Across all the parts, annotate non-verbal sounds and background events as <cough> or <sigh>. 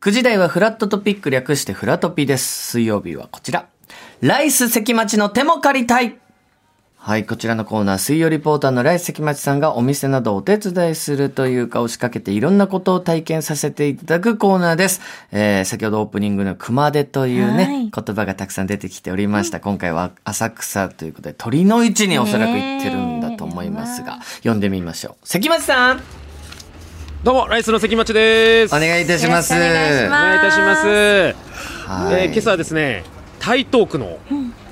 9時台はフラットトピック略してフラトピです。水曜日はこちら。ライス関町の手も借りたいはい、こちらのコーナー、水曜リポーターのライス関町さんがお店などお手伝いするというか、押しかけていろんなことを体験させていただくコーナーです。えー、先ほどオープニングの熊手というね、はい言葉がたくさん出てきておりました。今回は浅草ということで、鳥の位置におそらく行ってるんだと思いますが、読んでみましょう。関町さんどうもライスの関町ですお願いいたします。よろしくお願いしおま願いいたしまはす、えーい。今朝はですね台東区の、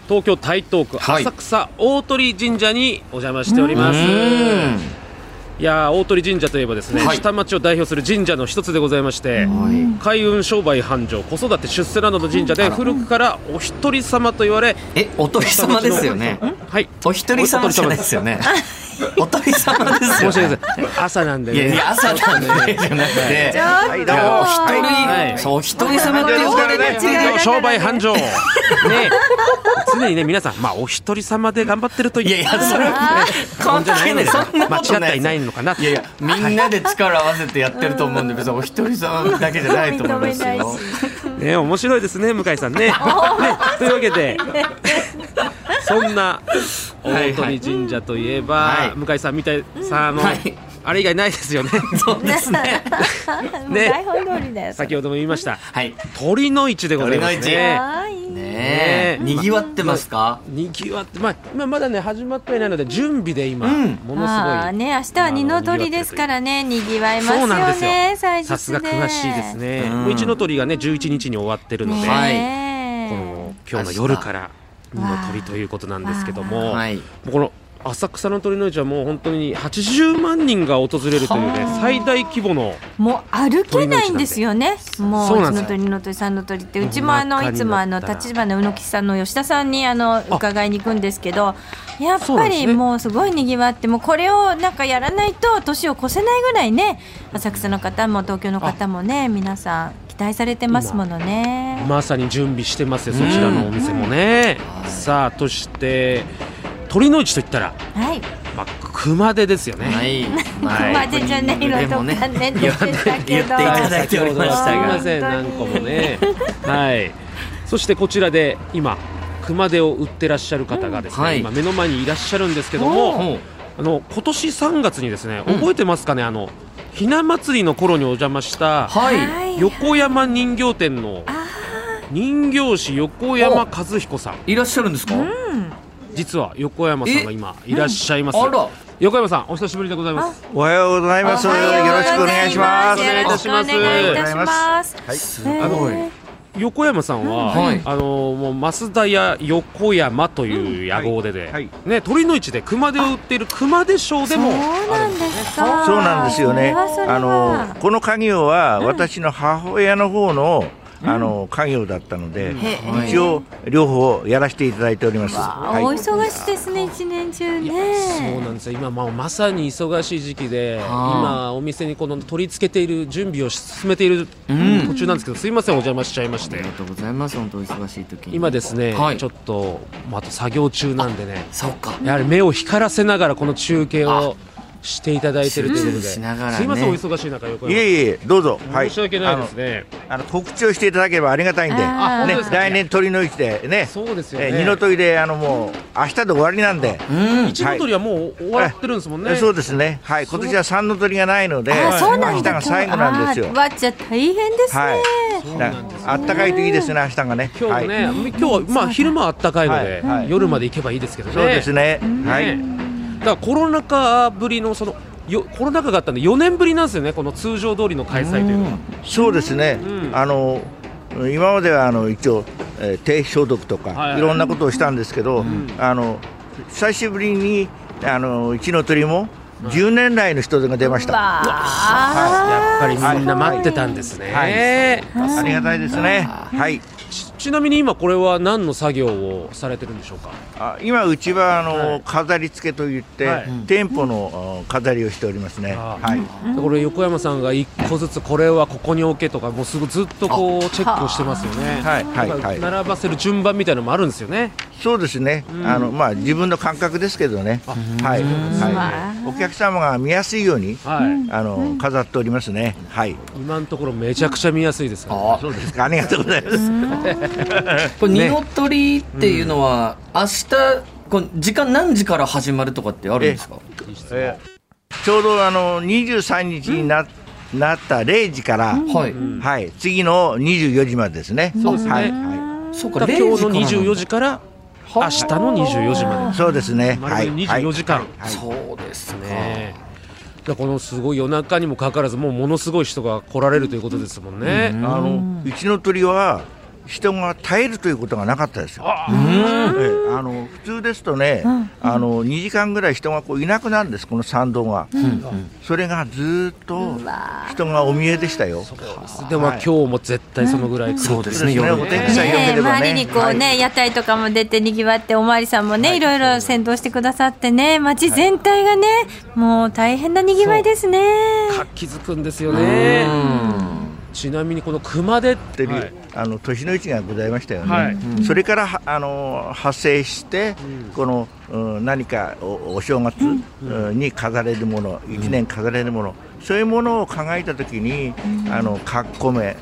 東京台東区はい浅草大鳥神社にお邪魔しております、うんいやー大鳥神社といえばですね、はい下町を代表する神社の一つでございまして、はい海運商売繁盛子育て出世などの神社うんあでら古くからお一人様と言われえ、おとり様ですよね。はいお一人様じゃないですよね。おとり様ですよ、ね。申し訳ないです朝なんでいねやいや、朝なんでじゃなくて。はい、どうお一人、はいそう、お一人様ってよろしくお願い大します違い手が商売繁盛ね常にね皆さんまあお一人様で頑張ってるといういやいや、それは、関係ない。そんな間こと違っなていいでなす。いのかな。いやいや、みんなで力を合わせてやってると思うんで、別にお一人様だけじゃないと思います認めないよし。ね、面白いですね、向井さ <laughs> んね。ねというわけで、そんなはい大鳥神社といえば、はい向井さんみたいさあの、はいあれ以外ないで <laughs> すよね。そうですね。ね台本通りだよ。先ほども言いました。はい。鳥の市でございます鳥のね。可愛いい。ねえ、ね賑わってますか。にぎわって、まあ、今まだね、始まってはいないので、準備で今、うんものすあごあい。ね明日は二の鳥ですからね賑わいますそうなんですよよね祭日でさすが詳しいですね。うんもう一の鳥がね、11日に終わってるので、はいねえこの今日の夜から二の鳥ということなんですけども、はい。もうこの浅草の鳥の市はもう本当に80万人が訪れるというね最大規模のもう歩けないんですよね。もそうう一なんですのよ鳥二の鳥三の鳥ってううんちもあの真っい赤につもあなのったら立花の宇木さんの吉田さんにあの伺いに行くんですけど、やっそうぱなんですりねもうすごい賑わってもうこれをなんかやらないと年を越せないぐらいね浅草の方も東京の方もね皆さん期待されてますものね。まさに準備してますよそちらのお店もね、さあそして鳥の市といったら、はい。まあ、熊手ですよね、はい。 <laughs> 熊手じゃねえのとかね出てたけ言っていど。ただいておりましたすみがま。せん本何当個にもねはいそしてこちらで今熊手を売ってらっしゃる方がですね、うんはい今目の前にいらっしゃるんですけどおもうあの今年3月にですねうん覚えてますかね、あのひな祭りの頃にお邪魔したはい。横山人形店の人形師横山和彦さんいらっしゃるんですか。実は横山さんが今いらっしゃいます、あら。横山さんお久しぶりでございますおはようございます。およはようごろしくざお願いしますお。願いいたしますよろくお願いいたします。すえーごい。横山さんは、うんはいあのもう増田屋横山という屋号でで、はいはいね鳥の市で熊手を売っている熊手商でそもうなんですか。そうなんですよね。それはあのこの家業は私の母親の方の、あの家業だったので、へ一応両方やらせていただいております。あお忙しいですね、一年中いやそうね。なんですよ今、まあ、まさに忙しい時期で、今お店にこの取り付けている準備を進めているうん途中なんですけど、すいませんお邪魔しちゃいましあてりがとうございます。本当お忙しい時に。今ですね、はいちょっと、まあ、あと作業中なんでねそうか。やはり目を光らせながらこの中継をしていただいてるということ集中しでながらねすいませんお忙しい中横山さいんえいえ、どうぞ。はい。申し訳ないですね、あのあの告知をしていただければありがたいんで、あーね本当ですか来年鳥の市でね、そうですよねえ二の鳥であのもう明日で終わりなんで。うん。一の鳥はもう終わってるんですもんね、えそうですね。はい。今年は三の鳥がないので、あ、そうなん明日だ。が最後なんですよ。わじゃあ大変ですね。はい。だあったかいといいですね、明日がね。今日もはいね、今日はまあ昼間は暖かいので、はいはい夜まで行けばいいですけどねそうですね。ははいい。、だからコロナ禍ぶりのそのよコロナ禍があったんで4年ぶりなんですよねこの通常通りの開催というのはそうですね。うんあの今まではあの一応、えー低消毒とか、はいいはいろんなことをしたんですけど、んあの久しぶりにあの一の鳥も10年来の人出が出ました。わやっぱあ。りみんな待ってたんですね、はいありがたいですね。はい。ちちなみに今これは何の作業をされてるんでしょうかあ今うちはあの、はい飾り付けといって、はい店舗のあ飾りをしておりますね。あーはい。これ横山さんが一個ずつこれはここに置けとかもうすぐずっとこうチェックをしてますよねはいはいだからはい並ばせる順番みたいなのもあるんですよねそうですね、あのまあ、自分の感覚ですけどね、はいはうい、わお客様が見やすいようにはい。あの、飾っておりますね、はい、今のところめちゃくちゃ見やすいですから。あそうですか、ありがとうございます。これ二の鳥っていうのは、明日こう時間何時から始まるとかってあるんですかえーちょうどあの23日にな,、なった0時から、はい、はい、次の24時までですね。そうですねはいはそうかだから0今時日からのなんだ24時から明日の24時まい、そうですね。で。まはるい、ではい24時間。はいそうですねねえ。だからこのすごい夜中にもかかわらずもうものすごい人が来られるということですもんね。あのうちの鳥は人が耐えるということがなかったですよ。ええあの普通ですとね、あの2時間ぐらい人がこういなくなるんですこの参道が。それがずーっと人がお見えでしたよ。でもまあ今日も絶対そのぐらい来るそうですねそう夜お天気さえ良ねけえればね。周りにこうね、はい屋台とかも出てにぎわっておまわりさんもね、い、ろいろ先導してくださってね街全体がね、もう大変なにぎわいですね活気づくんですようね。んちなみにこの熊手っとていうあの年の市がございましたよね、はいそれからはあの派生して、この、うん何かおお正月、うんに飾れるもの一年飾れるもの、そういうものを考えた時に、あのかっこめ、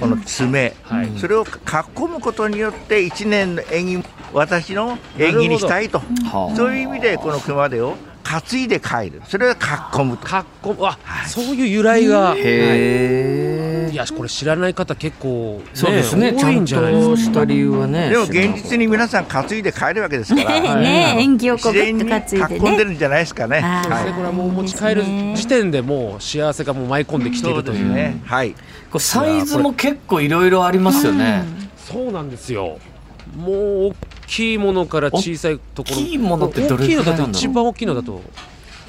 この爪、はいそれをかっこむことによって一年の縁起私の縁起にしたいとほどそういう意味でこの熊手を担いで帰るそれがかっこむと。かっこあ、そういう由来が。へいえやこれ知らない方結構、ね、そうですねち多ゃいんんじゃないですとか。した理由はねでも現実に皆さん担いで帰るわけで <laughs> すから、ねねえ演技をこ自うグッ然とに担かっいでこんでねるんじゃないですかね。あーはでいこれはもう持ち帰る時点でもう幸せがもう舞い込んできていそうるとでいすうね。はい。これサイズも結構いろいろありますよねそうなんですよもう大きいものから小さいところ大きいものってどれ大きいくらいなのんだだろとう一番大きいのだと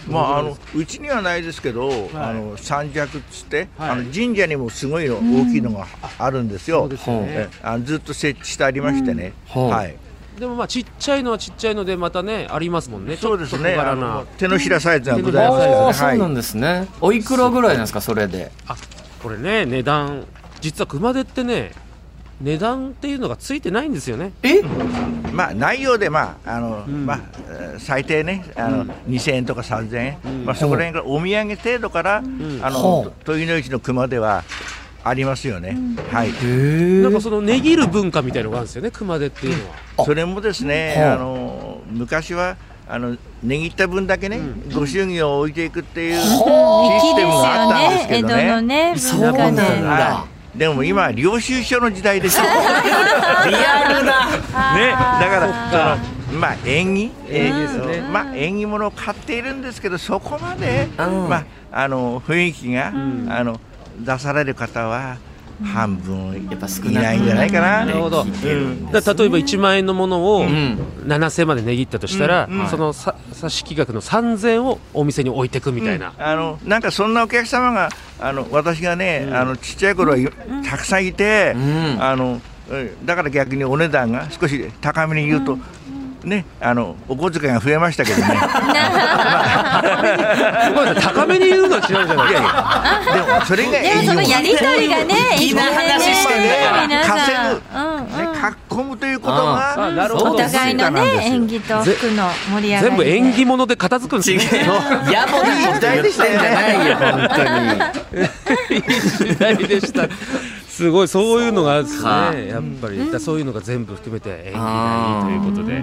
まああのうちにはないですけど、あの三尺っつって、はいあの神社にもすごいの大きいのがあるんですよ。ですよねえあのずっと設置してありましてね。うんはい。でもまあちっちゃいのはちっちゃいのでまたねありますもんねそうでちすょっね。と小あ柄なの手のひらサイズがございますからあね。あそはうい。なんですねおいくらぐらいなんですかそれであこれね値段実は熊手ってね値段っていうのがついてないんですよねえまあ内容でまああの、まあえー最低ねあの、2000円とか3000円、まあそこら辺からお土産程度から、あほの豊井の市の熊ではありますよね。はい。なんえかその値切る文化みたいのがあるんですよね熊手っていうのはあそれもですね、はああの昔はあの値切った分だけね、ご祝儀を置いていくっていうシス粋でテすムがあよったんでねすけ江戸どのね。ねそうな文ん化だねはい、でも今は領収書の時代でしょ。ね、リアルだだからあそのまあ縁起、え縁起ですねーまあ縁起物を買っているんですけど、そこまで、うんまああの雰囲気が、あの出される方は半分やっぱ少ないいないんじゃないかな。なるほどうんだから例えば1万円のものをん7000円まで値切ったとしたら、うんうんそのさ差し引き額の3000円をお店に置いていくみたいな、あのなんかそんなお客様があの私がね、あのちっちゃい頃はいたくさんいて、んあのえだから逆にお値段が少し高めに言うと、ねあのお小遣いが増えましたけどねごめんなさい高めに言うのは違うじゃないいですやいかやでもそれがでもそのやりとりがね粋な話してんだから皆さん稼うんうんねかっこむということあがあなるほどお互いのね演技と服の盛り上がりで全部縁起物で片付くんですねやぼなこと言ってんじゃないよ本当に時代でしたすごいそういうのがあるんですねやっぱり、だからそういうのが全部含めて縁起がいいということで、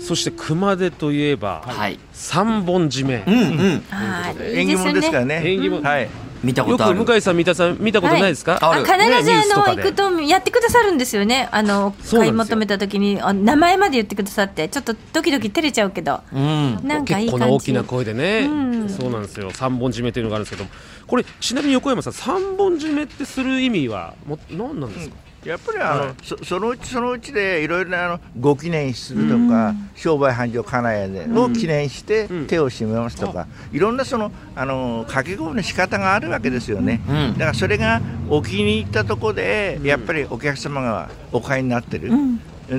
そして熊手といえば、はい三本締め、うんうんあーいい縁起です物ですからねね縁起物はい見たこよとあくる向井さん三田さん見たことないですか、ある必ずねニュースとあかので行くとやってくださるんですよねあそうのないん買ですよ求めた時にあ名前まで言ってくださってちょっとドキドキ照れちゃうけどうんなんかいい結構感なじ大きな <laughs> 声でね、そうなんですよ三本締めというのがあるんですけどもこれちなみに横山さん三本締めってする意味はも何なんですか、やっぱりあの、そそのうちそのうちでいろいろなあのご記念するとか、商売繁盛家内屋でを記念してん手を締めますとか、いろんなそのあの掛け声の仕方があるわけですよね、うんだからそれがお気に入ったとこでやっぱりお客様がお買いになってる、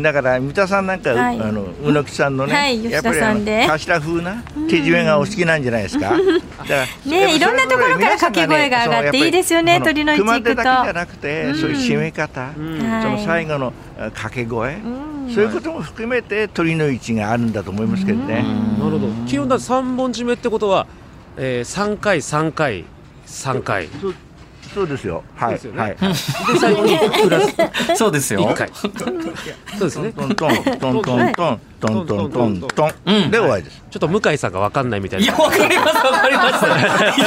だから三田さんなんか、はいあの宇野木さんのね、はいやっぱり吉田さあのんで頭風な手締めがお好きなんじゃないですか、だか <laughs> らねいろんなところから掛け声が上がっていいですよね鳥の一市行くと熊手だけじゃなくて、そういう締め方、うんそのはい最後のあ掛け声、んそういうことも含めて鳥の位置があるんだと思いますけどね。なるほど気温だ3本締めってことは、えー、3回3回3回でそうそうですよ。はい。ですよねはい。はい最後にプラスそうですよ。 1回そうですねトントントントントントントントントンで終わりです。ちょっと向井さんが分かんないみたいいなや、わかります、わかります。いや、それず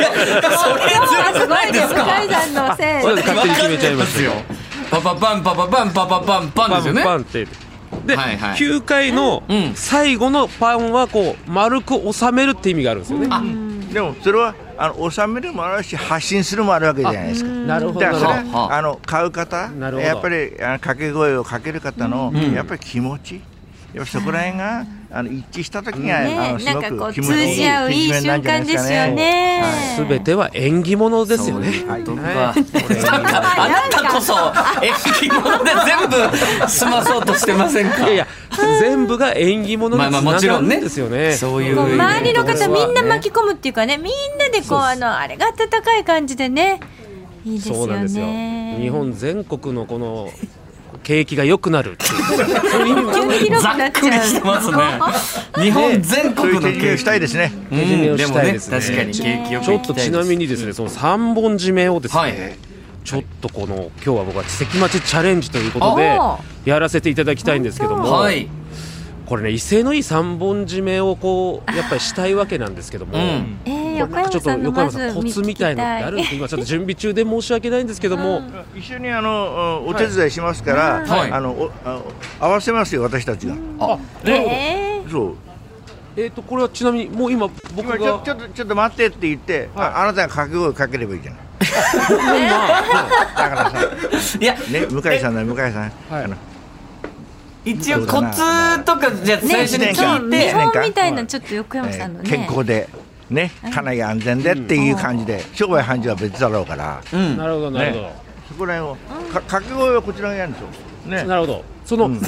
るくないですか向井さんのせいそうです勝手に決めちゃいますよ。パパパンパパパンパパパンパンパですよンね。パンってで、はいはい9回のうん最後のパンはこう丸く収めるって意味があるんですよね、でもそれはあの収めるもあるし発信するもあるわけじゃないですか。なるだからそれはあはああの買う方なるほどやっぱりあの掛け声をかける方の、んやっぱり気持ちやっぱそこら辺があの一致した時が、あのねすなごんかこくう気持ちい通いじ合ういい瞬間ですよねすべては縁起物ですよね。本当だなんかあなたこそ縁起物で全部済まそうとしてませんいかやいや、全部が縁起物にまあまあもちつなろがるんんねですよね。そういうこう周りの方みんなき巻き込むっていうかねみんなでこうあのあれが温かい感じでねいいですそうよなんですよ。ね日本全国のこの景気が良くなるっていう。そういう意味急に広ざくなっっちくりしてゃますね日本全そう国のいう手順を景したいですね。う手順んをでしもたいねです確ねかに景気よくちょっとちなみににですね、その三本締めをですね、はいちょっとこの今日は僕は関町チャレンジということでおーやらせていただきたいんですけども、はいこれね威勢のいい三本締めをこうやっぱりしたいわけなんですけども。うんえー、これ横なんか山ちょっとさんの横ま山ずさんコ見ツみ聞きたいのったてあいるんですけど今ちょっと準備中で申し訳ないんですけども、一緒にあのおお手伝いしますから、はいあのおあ合わせますよ私たちが。あえーそう。えっ、とこれはちなみにもう今僕今がちょちょっとちょっと待ってって言って、はいああなたが掛け声かければいいじ <laughs> ゃない。だからさいやね向井さんだ向井さん。はいあの一応コツとかじゃあ最初にね聞いねて見本みたいなちょっと横山さんのえーね、健康で、ね、家内安全でっていう感じで、商売繁盛は別だろうから、うんなるほどなるほど、そこら辺を、か掛け声はこちらがやるんですよ。ね、なるほどその、うん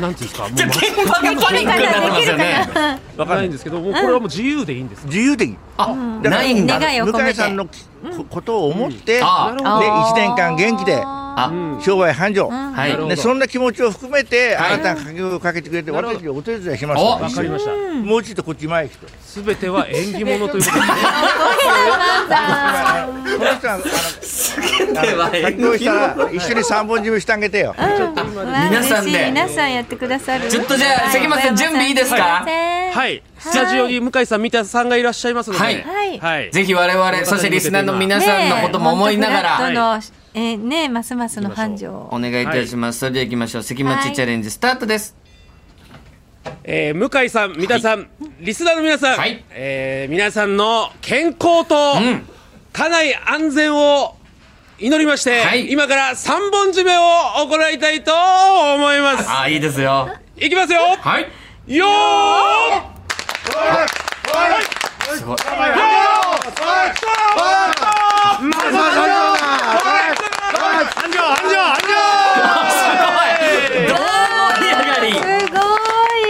なんていうんですかもじゃあう現場がパニックになってますよねわからないんですけどもうこれはもう自由でいいんです、自由でいい。あだからないんだ願いを込めて向井さんのきこことを思って、んあーで1年間元気でああうん商売繁盛、はなるほいどね、そんな気持ちを含めて、はいあなたが掛け声をかけてくれて、なるほど私たちお手伝いしますからおわかりましたもうちょっとこっち前へ来て。すべては縁起物ということであのこの人はあのでは掛け声したら一緒に三本締めしてあげてよ。皆さんで嬉しい皆さんやってくださるちょっとじゃあ関町さん準備いいですかははいスタジオに向井さん三田さんがいらっしゃいますのではいはいはい、ぜひ我々そしてリスナーの皆さんのことも思いながら、ねえ本当フラットのえーねえますますの繁盛をお願いいたします、それでは行きましょう関町チャレンジスタートですえー向井さん三田さん、リスナーの皆さん、はいえー皆さんの健康と、家内安全を祈りまして、はい今から三本締めを行いたいと思いますああいいですよいきますよはいよーすごいすごいどう盛り上がりすごい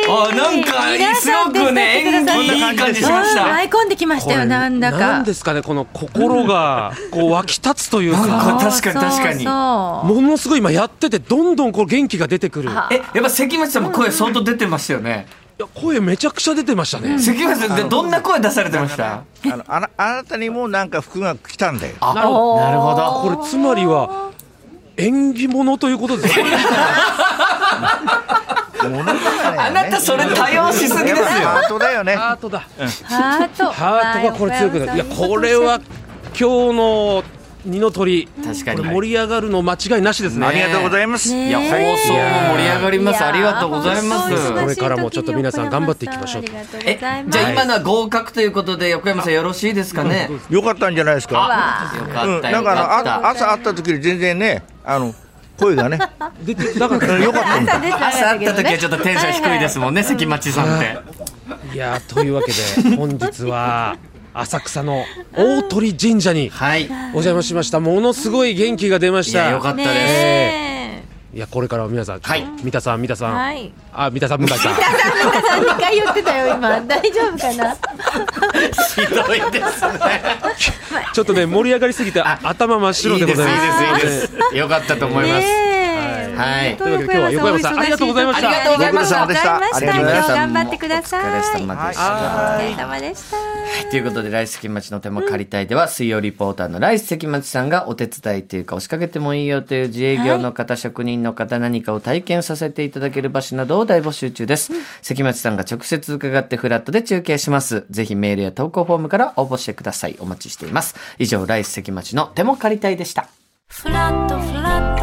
あなんか皆さすごくね手伝ってくださって演技いい感じしましたうん舞い込んできましたよなんだなかんですかねこの心がこう湧き立つというなんかか確かにそうそう確か <laughs> にそうものすごい今やっててどんどんこう元気が出てくるいやえやっぱ関町さんも声相当出てましたよね、声めちゃくちゃ出てましたね関町さんってどんな声出されてましたあのあなあなたにもなんか服が来たんだよ。あなるほなるほこれつまりは縁起物ということですよね物とかねあなたそれ多用しすぎですよやっぱハートだよ <laughs> ね。ハートだハートハートがこれ強くなるいやこれは今日の二の鳥確かにこれ盛り上がるの間違いなしですねありがとうございます。いや放送も盛り上がりますありがとうございますこれからもちょっと皆さん頑張っていきましょうえじゃあ今のは合格ということで横山さんよろしいですかねよかったんじゃないですか。あようかん、ったなよんかあのかっあた朝会った時より全然ね、あの <laughs> 声がね、でだかうんら <laughs> よかったんだ。朝会った時はちょっとテンション低いですもんね関町さんっていやーというわけで本日は浅草の大鳥神社にはいいお邪魔しましたものすごい元気が出ましたやよかったねですえいやこれからは皆さん、はい三田さん三田さん、はいあ三田さん向井 <laughs> さん皆さん2回言ってたよ今大丈夫かなひどいですねちょっとね盛り上がりすぎて頭真っ白でございますいいですいいですいいですよかったと思いますねえはい本当に小山さんというわけで今日は横山さんお忙ありがとうございましたありがとうございました。ご苦労様でしたありがとうございました今日頑張ってください。お疲れ様でした。お疲れ様でした。ということで、来関町の手も借りたいでは、水曜リポーターの来関町さんがお手伝いというか、押しかけてもいいよという自営業の方、職人の方、何かを体験させていただける場所などを大募集中です。関町さんが直接伺ってフラットで中継します。ぜひメールや投稿フォームから応募してください。お待ちしています。以上、来関町の手も借りたいでした。フラットフラット